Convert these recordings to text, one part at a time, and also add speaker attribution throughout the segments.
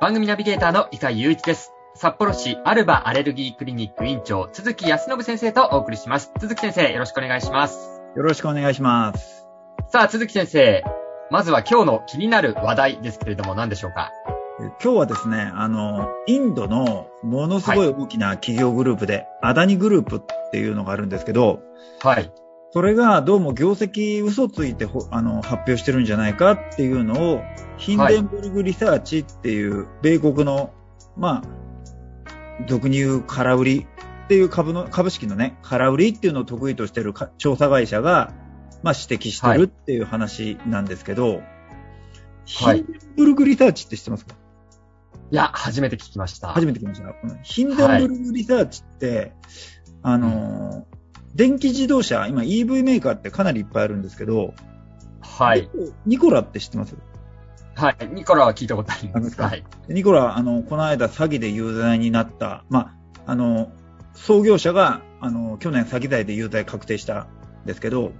Speaker 1: 番組ナビゲーターの伊川祐一です。札幌市アルバアレルギークリニック院長、鈴木康信先生とお送りします。鈴木先生、よろしくお願いします。
Speaker 2: よろしくお願いします。
Speaker 1: さあ、鈴木先生、まずは今日の気になる話題ですけれども何でしょうか
Speaker 2: え今日はですね、あの、インドのものすごい大きな企業グループで、アダニグループっていうのがあるんですけど、
Speaker 1: はい。
Speaker 2: それがどうも業績嘘ついてほあの発表してるんじゃないかっていうのを、ヒンデンブルグリサーチっていう米国の、まあ、俗に言う空売りっていう株の、株式のね、空売りっていうのを得意としてるか調査会社が、まあ指摘してるっていう話なんですけど、ヒ
Speaker 1: はい
Speaker 2: ンデンブルグリサーチって知ってますか
Speaker 1: いや、初めて聞きました。
Speaker 2: 初めて聞きました。このヒンデンブルグリサーチって、あのー、電気自動車、今 EV メーカーってかなりいっぱいあるんですけど、
Speaker 1: はい。
Speaker 2: ニコラって知ってます
Speaker 1: はい。ニコラは聞いたことあり
Speaker 2: あ
Speaker 1: ま。
Speaker 2: りますすか
Speaker 1: はい。
Speaker 2: ニコラ、あの、この間詐欺で有罪になった、まあ、あの、創業者が、あの、去年詐欺罪で有罪確定したんですけど、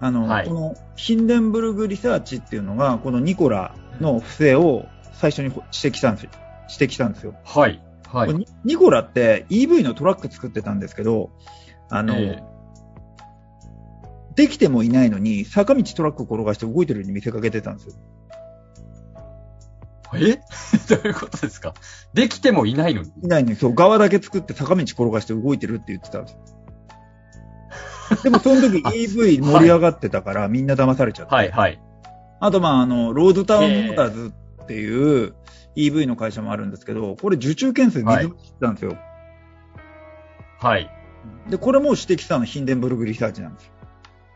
Speaker 2: あの、
Speaker 1: はい
Speaker 2: このヒンデンブルグリサーチっていうのが、このニコラの不正を最初に指摘したんですよ。指摘したんですよ。
Speaker 1: はい。は
Speaker 2: これ
Speaker 1: い。
Speaker 2: ニニコラって EV のトラック作ってたんですけど、あの、
Speaker 1: え
Speaker 2: できてもいないのに、坂道トラック転がして動いてるように見せかけてたんですよ。
Speaker 1: え どういうことですかできてもいないのに。
Speaker 2: いないのに、そう、側だけ作って坂道転がして動いてるって言ってたんですよ。でもそ の時 EV 盛り上がってたから、みんな騙されちゃった。
Speaker 1: はい、はい。
Speaker 2: あと、まあ、あの、ロードタウンモーターズっていう EV の会社もあるんですけど、これ受注件数
Speaker 1: はい
Speaker 2: 水増ししてたんですよ。
Speaker 1: はい。
Speaker 2: で、これも指摘したのヒンデンブルグリサーチなんですよ。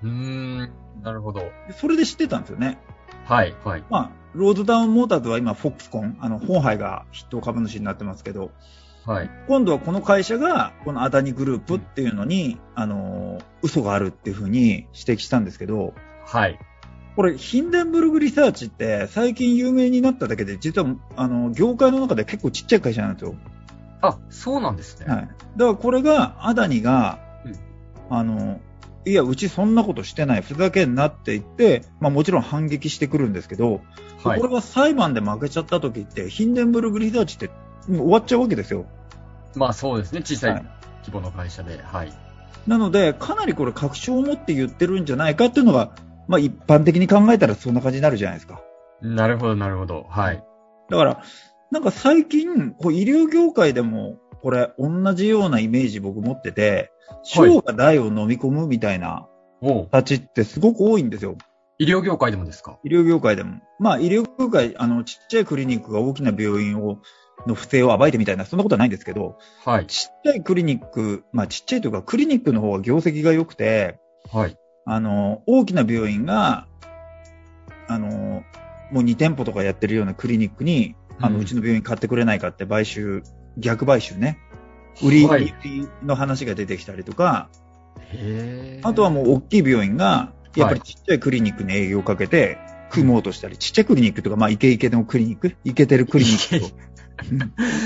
Speaker 1: うーん、なるほど。
Speaker 2: でそれで知ってたんですよね。
Speaker 1: はい、はい。
Speaker 2: まあ、ロードダウンモーターズは今、フォックスコン、あの、本杯が筆頭株主になってますけど、
Speaker 1: はい。
Speaker 2: 今度はこの会社が、このアダニグループっていうのに、あの、嘘があるっていうふうに指摘したんですけど、
Speaker 1: はい。
Speaker 2: これ、ヒンデンブルグリサーチって最近有名になっただけで、実は、あの、業界の中で結構ちっちゃい会社なんですよ。
Speaker 1: あ、そうなんですね。
Speaker 2: はい。だからこれが、アダニが
Speaker 1: うん、
Speaker 2: あの、いや、うちそんなことしてない、ふざけんなって言って、まあもちろん反撃してくるんですけど、
Speaker 1: はい
Speaker 2: こ。れが裁判で負けちゃった時って、ヒンデンブルグリサーチってもう終わっちゃうわけですよ。
Speaker 1: まあそうですね、小さ
Speaker 2: はい
Speaker 1: い規模の会社で、はい。
Speaker 2: なので、かなりこれ確証を持って言ってるんじゃないかっていうのが、まあ一般的に考えたらそんな感じになるじゃないですか。
Speaker 1: なるほど、なるほど、はい。
Speaker 2: だから、なんか最近、こう医療業界でも、これ同じようなイメージ僕持ってて、小が大を飲み込むみたいな
Speaker 1: おう
Speaker 2: 形ってすごく多いんですよ。
Speaker 1: 医療業界でもですか
Speaker 2: 医療業界でも。まあ医療業界、あの、ちっちゃいクリニックが大きな病院を、の不正を暴いてみたいな、そんなことはないんですけど、
Speaker 1: はい、
Speaker 2: ちっちゃいクリニック、まあちっちゃいというか、クリニックの方が業績が良くて、
Speaker 1: はい、
Speaker 2: あの、大きな病院が、あの、もう2店舗とかやってるようなクリニックに、あの、
Speaker 1: うん
Speaker 2: うちの病院買ってくれないかって買収、逆買収ね。売り、
Speaker 1: はい
Speaker 2: 売りの話が出てきたりとか、
Speaker 1: へー
Speaker 2: あとはもう大きい病院が、やっぱり
Speaker 1: は
Speaker 2: ちっちゃいクリニックに営業をかけて、組もうとしたり、ちっちゃいクリニックとか、まあ、イケイケのクリニック、イケてるクリニックを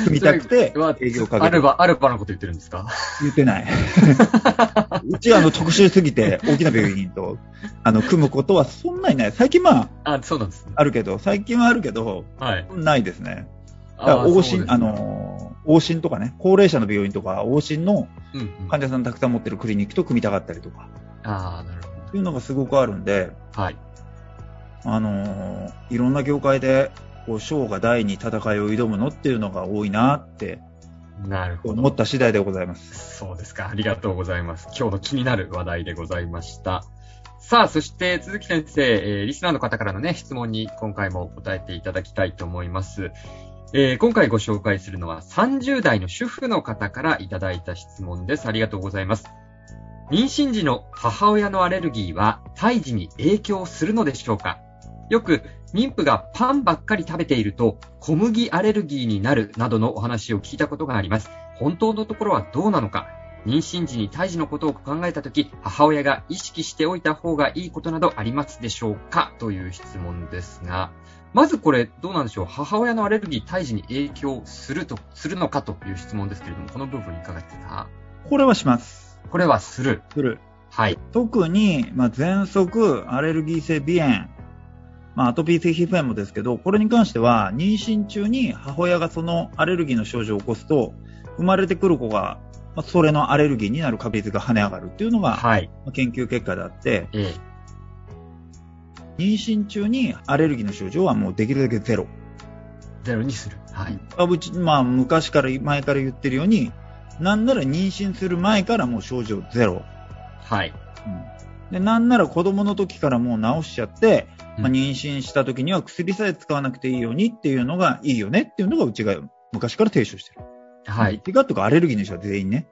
Speaker 2: 組みたくて
Speaker 1: うわ、
Speaker 2: 営業をか
Speaker 1: ア
Speaker 2: け
Speaker 1: ル
Speaker 2: て、
Speaker 1: バ、アルバのこと言ってるんですか
Speaker 2: 言ってない。うちはあの特殊すぎて、大きな病院と、あの、組むことはそんなにない。最近まあ、
Speaker 1: あ、そうなんですね。
Speaker 2: あるけど、最近はあるけど、
Speaker 1: はい。
Speaker 2: ないですね。だか
Speaker 1: あ
Speaker 2: ら往
Speaker 1: そうですね
Speaker 2: 診、あ、の、往診とかね、高齢者の病院とか、往診の
Speaker 1: うん、うん。
Speaker 2: 患者さんたくさん持ってるクリニックと組みたかったりとか、
Speaker 1: ああ、なるほ
Speaker 2: いうのがすごくあるんで、
Speaker 1: ど。はい。
Speaker 2: あの、いろんな業界で、こう、小が大に戦いを挑むのっていうのが多いなって
Speaker 1: なるほ
Speaker 2: 思
Speaker 1: ど。
Speaker 2: った次第でございます。
Speaker 1: そうですか。ありがとうございます。今日の気になる話題でございました。さあ、そして、鈴木先生、えーリスナーの方からのね、質問に今回も答えていただきたいと思います。えー今回ご紹介するのは30代の主婦の方からいただいた質問です。ありがとうございます。妊娠時の母親のアレルギーは胎児に影響するのでしょうかよく妊婦がパンばっかり食べていると小麦アレルギーになるなどのお話を聞いたことがあります。本当のところはどうなのか妊娠時に胎児のことを考えたとき、母親が意識しておいた方がいいことなどありますでしょうかという質問ですが、まずこれどうなんでしょう母親のアレルギー、胎児に影響すると、するのかという質問ですけれども、この部分いかがですか
Speaker 2: これはします。
Speaker 1: これはする。
Speaker 2: する。
Speaker 1: はい。
Speaker 2: 特に、まあ、喘息、アレルギー性鼻炎、まあ、アトピー性皮膚炎もですけど、これに関しては、妊娠中に母親がそのアレルギーの症状を起こすと、生まれてくる子が、まあそれのアレルギーになる確率が跳ね上がるっていうのが、
Speaker 1: はい。
Speaker 2: まあ研究結果であって、
Speaker 1: ええ。
Speaker 2: 妊娠中にアレルギーの症状はもうできるだけゼロ。
Speaker 1: ゼロにする。はい。
Speaker 2: あうちまあ、昔から、前から言ってるように、なんなら妊娠する前からもう症状ゼロ。
Speaker 1: はい。
Speaker 2: うんでなんなら子供の時からもう治しちゃって、まあ
Speaker 1: うん
Speaker 2: 妊娠した時には薬さえ使わなくていいようにっていうのがいいよねっていうのがうちが昔から提唱してる。
Speaker 1: はい。
Speaker 2: てかとかアレルギーの人は全員ね、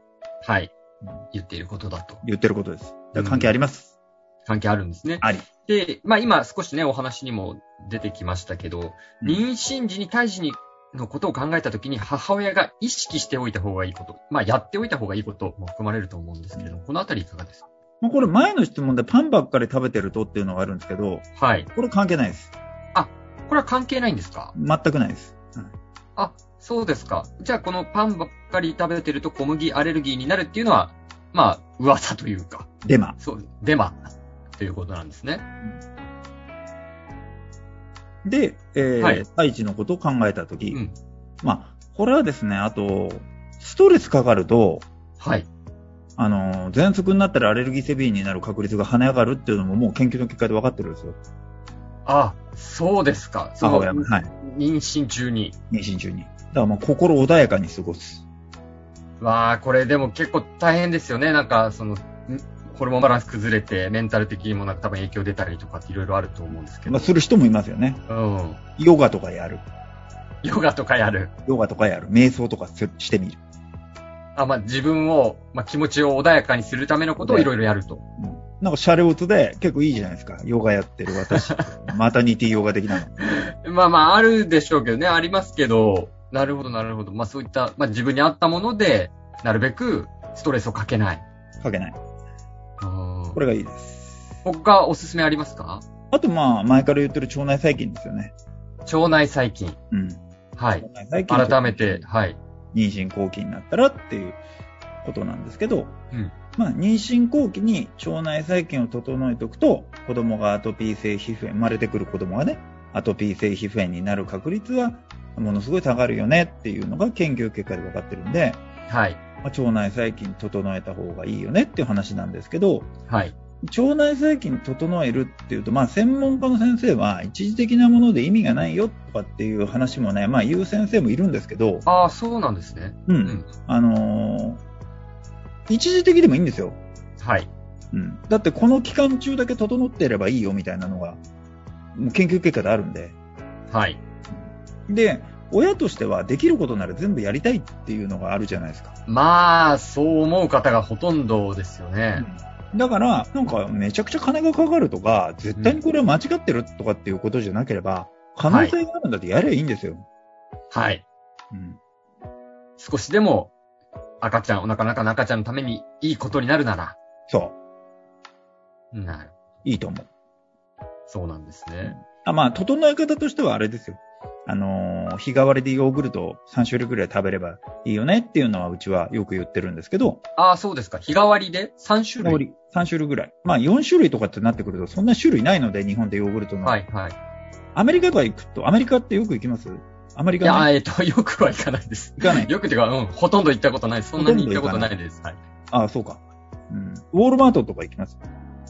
Speaker 1: はい
Speaker 2: うん。
Speaker 1: 言っていることだと。
Speaker 2: 言ってることです。だから関係あります。
Speaker 1: 関係あるんですね。
Speaker 2: あり。
Speaker 1: で、まあ今少しね、お話にも出てきましたけど、
Speaker 2: うん
Speaker 1: 妊娠時に胎児にのことを考えたときに母親が意識しておいた方がいいこと、まあやっておいた方がいいことも含まれると思うんですけれども、このあたりいかがですか
Speaker 2: まあこれ前の質問でパンばっかり食べてるとっていうのがあるんですけど、
Speaker 1: はい。
Speaker 2: これ関係ないです。
Speaker 1: これは関係ないんですか
Speaker 2: 全くないです。うん
Speaker 1: あ、そうですか。じゃあこのパンばっかり食べてると小麦アレルギーになるっていうのは、まあ噂というか、
Speaker 2: デマ。
Speaker 1: そう、デマということなんですね。
Speaker 2: で、えー
Speaker 1: はい
Speaker 2: 胎児のことを考えた時、
Speaker 1: うん。
Speaker 2: まあ、これはですね、あと、ストレスかかると、
Speaker 1: はい。
Speaker 2: あの、喘息になったらアレルギー性鼻炎になる確率が跳ね上がるっていうのももう研究の結果で分かってるんですよ。
Speaker 1: あ、そうですか。そ
Speaker 2: 母
Speaker 1: の
Speaker 2: 親も。はい。
Speaker 1: 妊娠中に。
Speaker 2: 妊娠中に。だからまあ心穏やかに過ごす。
Speaker 1: わあ、これでも結構大変ですよね。なんか、その、んホルモンバランス崩れて、メンタル的にもなんか多分影響出たりとかっていろいろあると思うんですけ
Speaker 2: ま
Speaker 1: ど
Speaker 2: あ、。する人もいますよね。
Speaker 1: うん。
Speaker 2: ヨガとかやる。
Speaker 1: ヨガとかやる。
Speaker 2: ヨガとかやる。瞑想とかすしてみる。
Speaker 1: あ、まあ、自分を、まあ、気持ちを穏やかにするためのことをいろいろやると。
Speaker 2: うんなんかシャレオツで結構いいじゃないですか。ヨガやってる 私。マタニティヨガ的なの。
Speaker 1: まあまあ、あるでしょうけどね、ありますけど、なるほど、なるほど。まあ、そういった、まあ、自分に合ったもので、なるべくストレスをかけない。
Speaker 2: かけない。
Speaker 1: うん
Speaker 2: こ。れがいいです。
Speaker 1: 他、おすすめありますか
Speaker 2: あとまあ、前から言ってる腸内細菌ですよね。
Speaker 1: 腸内細菌。
Speaker 2: うん。
Speaker 1: はい。
Speaker 2: 腸内細菌。
Speaker 1: 改めて、。はい。
Speaker 2: 妊娠後期になったらっていうことなんですけど、
Speaker 1: うん
Speaker 2: まあ、妊娠後期に腸内細菌を整えておくと子供がアトピー性皮膚炎生まれてくる子供がねアトピー性皮膚炎になる確率はものすごい下がるよねっていうのが研究結果で分かってるんで、
Speaker 1: はい。
Speaker 2: まあ腸内細菌整えた方がいいよねっていう話なんですけど
Speaker 1: はい。
Speaker 2: 腸内細菌整えるっていうと、まあ、専門家の先生は一時的なもので意味がないよとかっていう話もね、まあ、言う先生もいるんですけど、
Speaker 1: ああ、そうなんですね。
Speaker 2: う、
Speaker 1: うんん。
Speaker 2: あのー一時的でもいいんですよ。
Speaker 1: はい。
Speaker 2: うん。だってこの期間中だけ整っていればいいよみたいなのが、もう研究結果であるんで。
Speaker 1: はい。
Speaker 2: で、親としてはできることなら全部やりたいっていうのがあるじゃないですか。
Speaker 1: まあ、そう思う方がほとんどですよね。
Speaker 2: うんだから、なんかめちゃくちゃ金がかかるとか、絶対にこれは間違ってるとかっていうことじゃなければ、可能性があるんだってやればいいんですよ。
Speaker 1: はい。
Speaker 2: うん。
Speaker 1: 少しでも、赤ちゃん、お腹の中の赤ちゃんのためにいいことになるなら。
Speaker 2: そ
Speaker 1: なる。
Speaker 2: う。いいと思う。
Speaker 1: そうなんですね。
Speaker 2: あまあ、整え方としてはあれですよ。あのー日替わりでヨーグルトを3種類くらい食べればいいよねっていうのはうちはよく言ってるんですけど、
Speaker 1: ああ、そうですか。日替わりで3種
Speaker 2: 香
Speaker 1: 類。
Speaker 2: り3種類ぐらい。まあ4種類とかってなってくると、そんな種類ないので、日本でヨーグルトの。
Speaker 1: はい、はい。
Speaker 2: アメリカとか行くと、アメリカってよく行きますアメリ
Speaker 1: いや
Speaker 2: カ、ね
Speaker 1: えっと、よくはいかないです。
Speaker 2: 行かない。
Speaker 1: よくてか、うん、ほとんど行ったことないです。そんなに行ったことないです。はい。
Speaker 2: ああ、そうか。うん。ウォールマートとか行きます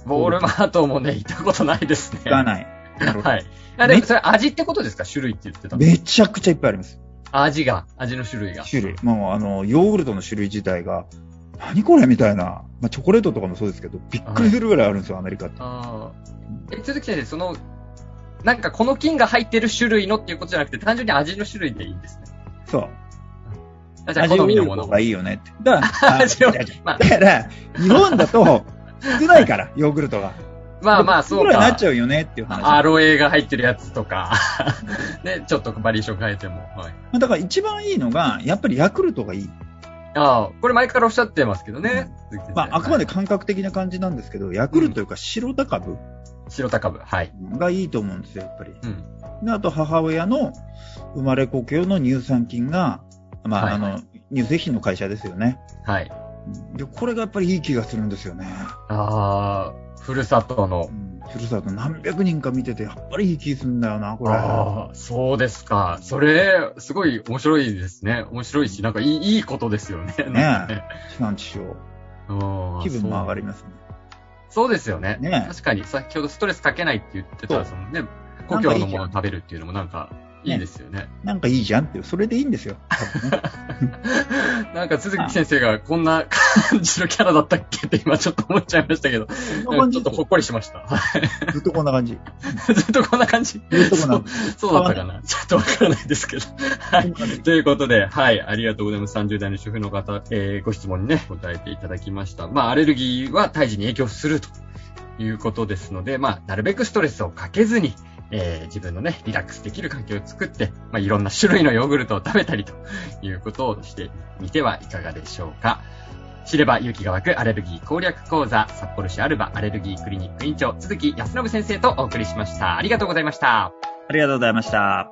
Speaker 1: ウォールマートもね、行ったことないですね。
Speaker 2: 行かない。なるほど
Speaker 1: はい。あ、でもそれ味ってことですか種類って言ってたの。
Speaker 2: めちゃくちゃいっぱいあります。
Speaker 1: 味が、味の種類が。
Speaker 2: 種類。もう、あの、ヨーグルトの種類自体が、何これみたいな。まあ、チョコレートとかもそうですけど、びっくりするぐらいあるんですよ、アメリカって。
Speaker 1: あーえ、鈴木先生、その、なんかこの菌が入ってる種類のっていうことじゃなくて、単純に味の種類でいいんですね。
Speaker 2: そう。
Speaker 1: あじゃあ、
Speaker 2: 味
Speaker 1: 好
Speaker 2: 多
Speaker 1: み
Speaker 2: い
Speaker 1: のもの
Speaker 2: 方がいいよねって。だから、あ
Speaker 1: 味を
Speaker 2: だか
Speaker 1: まあ、
Speaker 2: ら、日本だと、少ないから、ヨーグルトが。ま
Speaker 1: まあまあ、そう
Speaker 2: ぐらいになっ
Speaker 1: か
Speaker 2: ち。ゃうよねっていう話。
Speaker 1: アロエが入ってるやつとか。 ね、ちょっとバリエーション変えても。はい。
Speaker 2: まあだから一番いいのが、やっぱりヤクルトがいい。
Speaker 1: ああ、これ前からおっしゃってますけどね。鈴木先生
Speaker 2: まあ、あくまで感覚的な感じなんですけど、ヤクルトというか白高部
Speaker 1: 白高部。はい。
Speaker 2: がいいと思うんですよ、やっぱり。
Speaker 1: うん。
Speaker 2: で、あと母親の生まれ故郷の乳酸菌が、まあ、
Speaker 1: はい
Speaker 2: あの、乳製品の会社ですよね。
Speaker 1: はい。
Speaker 2: で、これがやっぱりいい気がするんですよね。
Speaker 1: ああ、ふるさとの
Speaker 2: う。ん、ふるさと何百人か見てて、やっぱりいい気するんだよな、これ。
Speaker 1: ああ、そうですか。それ、すごい面白いですね。面白いし、なんかいいいいことですよね。 なんかね
Speaker 2: 地産地消。
Speaker 1: うん
Speaker 2: 気分も上が
Speaker 1: る。
Speaker 2: りますね。
Speaker 1: そうですよね
Speaker 2: ね
Speaker 1: 確かに、先ほどストレスかけないって言って
Speaker 2: そ
Speaker 1: た、
Speaker 2: う
Speaker 1: そのね、故郷のものを食べるっていうのもなんかいいですよね。
Speaker 2: なんかいいじゃんっていう、それでいいんですよ。多分ね
Speaker 1: なんか鈴木先生がこんな感じのキャラだったっけって今ちょっと思っちゃいましたけど、
Speaker 2: そんな感
Speaker 1: ちょ
Speaker 2: じ
Speaker 1: っとほっこりしました。
Speaker 2: ずっとこんな感じ。
Speaker 1: ずっとこんな感じ
Speaker 2: ずっとこ んな感じ。
Speaker 1: そうそうだったかな。ちょっとわからないですけど。はい。 ということで、はい、ありがとうございます。30代の主婦の方、えーご質問にね、答えていただきました。まあ、アレルギーは胎児に影響するということですので、まあ、なるべくストレスをかけずに、えー自分のね、リラックスできる環境を作って、まあ、いろんな種類のヨーグルトを食べたりということをしてみてはいかがでしょうか。知れば勇気が湧くアレルギー攻略講座、札幌市アルバアレルギークリニック院長、鈴木康信先生とお送りしました。ありがとうございました。
Speaker 2: ありがとうございました。